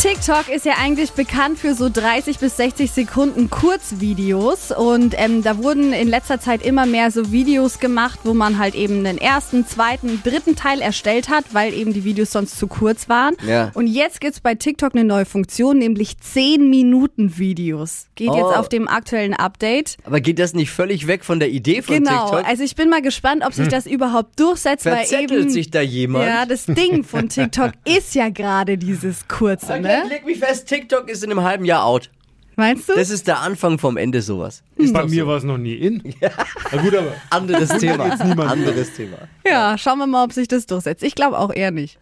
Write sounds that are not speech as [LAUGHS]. TikTok ist ja eigentlich bekannt für so 30 bis 60 Sekunden Kurzvideos und ähm, da wurden in letzter Zeit immer mehr so Videos gemacht, wo man halt eben den ersten, zweiten, dritten Teil erstellt hat, weil eben die Videos sonst zu kurz waren. Ja. Und jetzt gibt's bei TikTok eine neue Funktion, nämlich 10 Minuten Videos. Geht Oh. jetzt auf dem aktuellen Update. Aber geht das nicht völlig weg von der Idee von Genau, TikTok? Hm. also ich bin mal gespannt, ob sich das überhaupt durchsetzt, weil Verzettelt eben sich da jemand? ja, das Ding von TikTok [LAUGHS] ist ja gerade dieses kurze, Ne? ne? Leg mich fest, TikTok ist in einem halben Jahr out. Meinst du? Das ist der Anfang vom Ende sowas. Bei mir war es noch nie in. Na gut, aber Anderes Thema. niemand. Anderes Thema. Ja, schauen wir mal, ob sich das durchsetzt. Ich glaube auch eher nicht.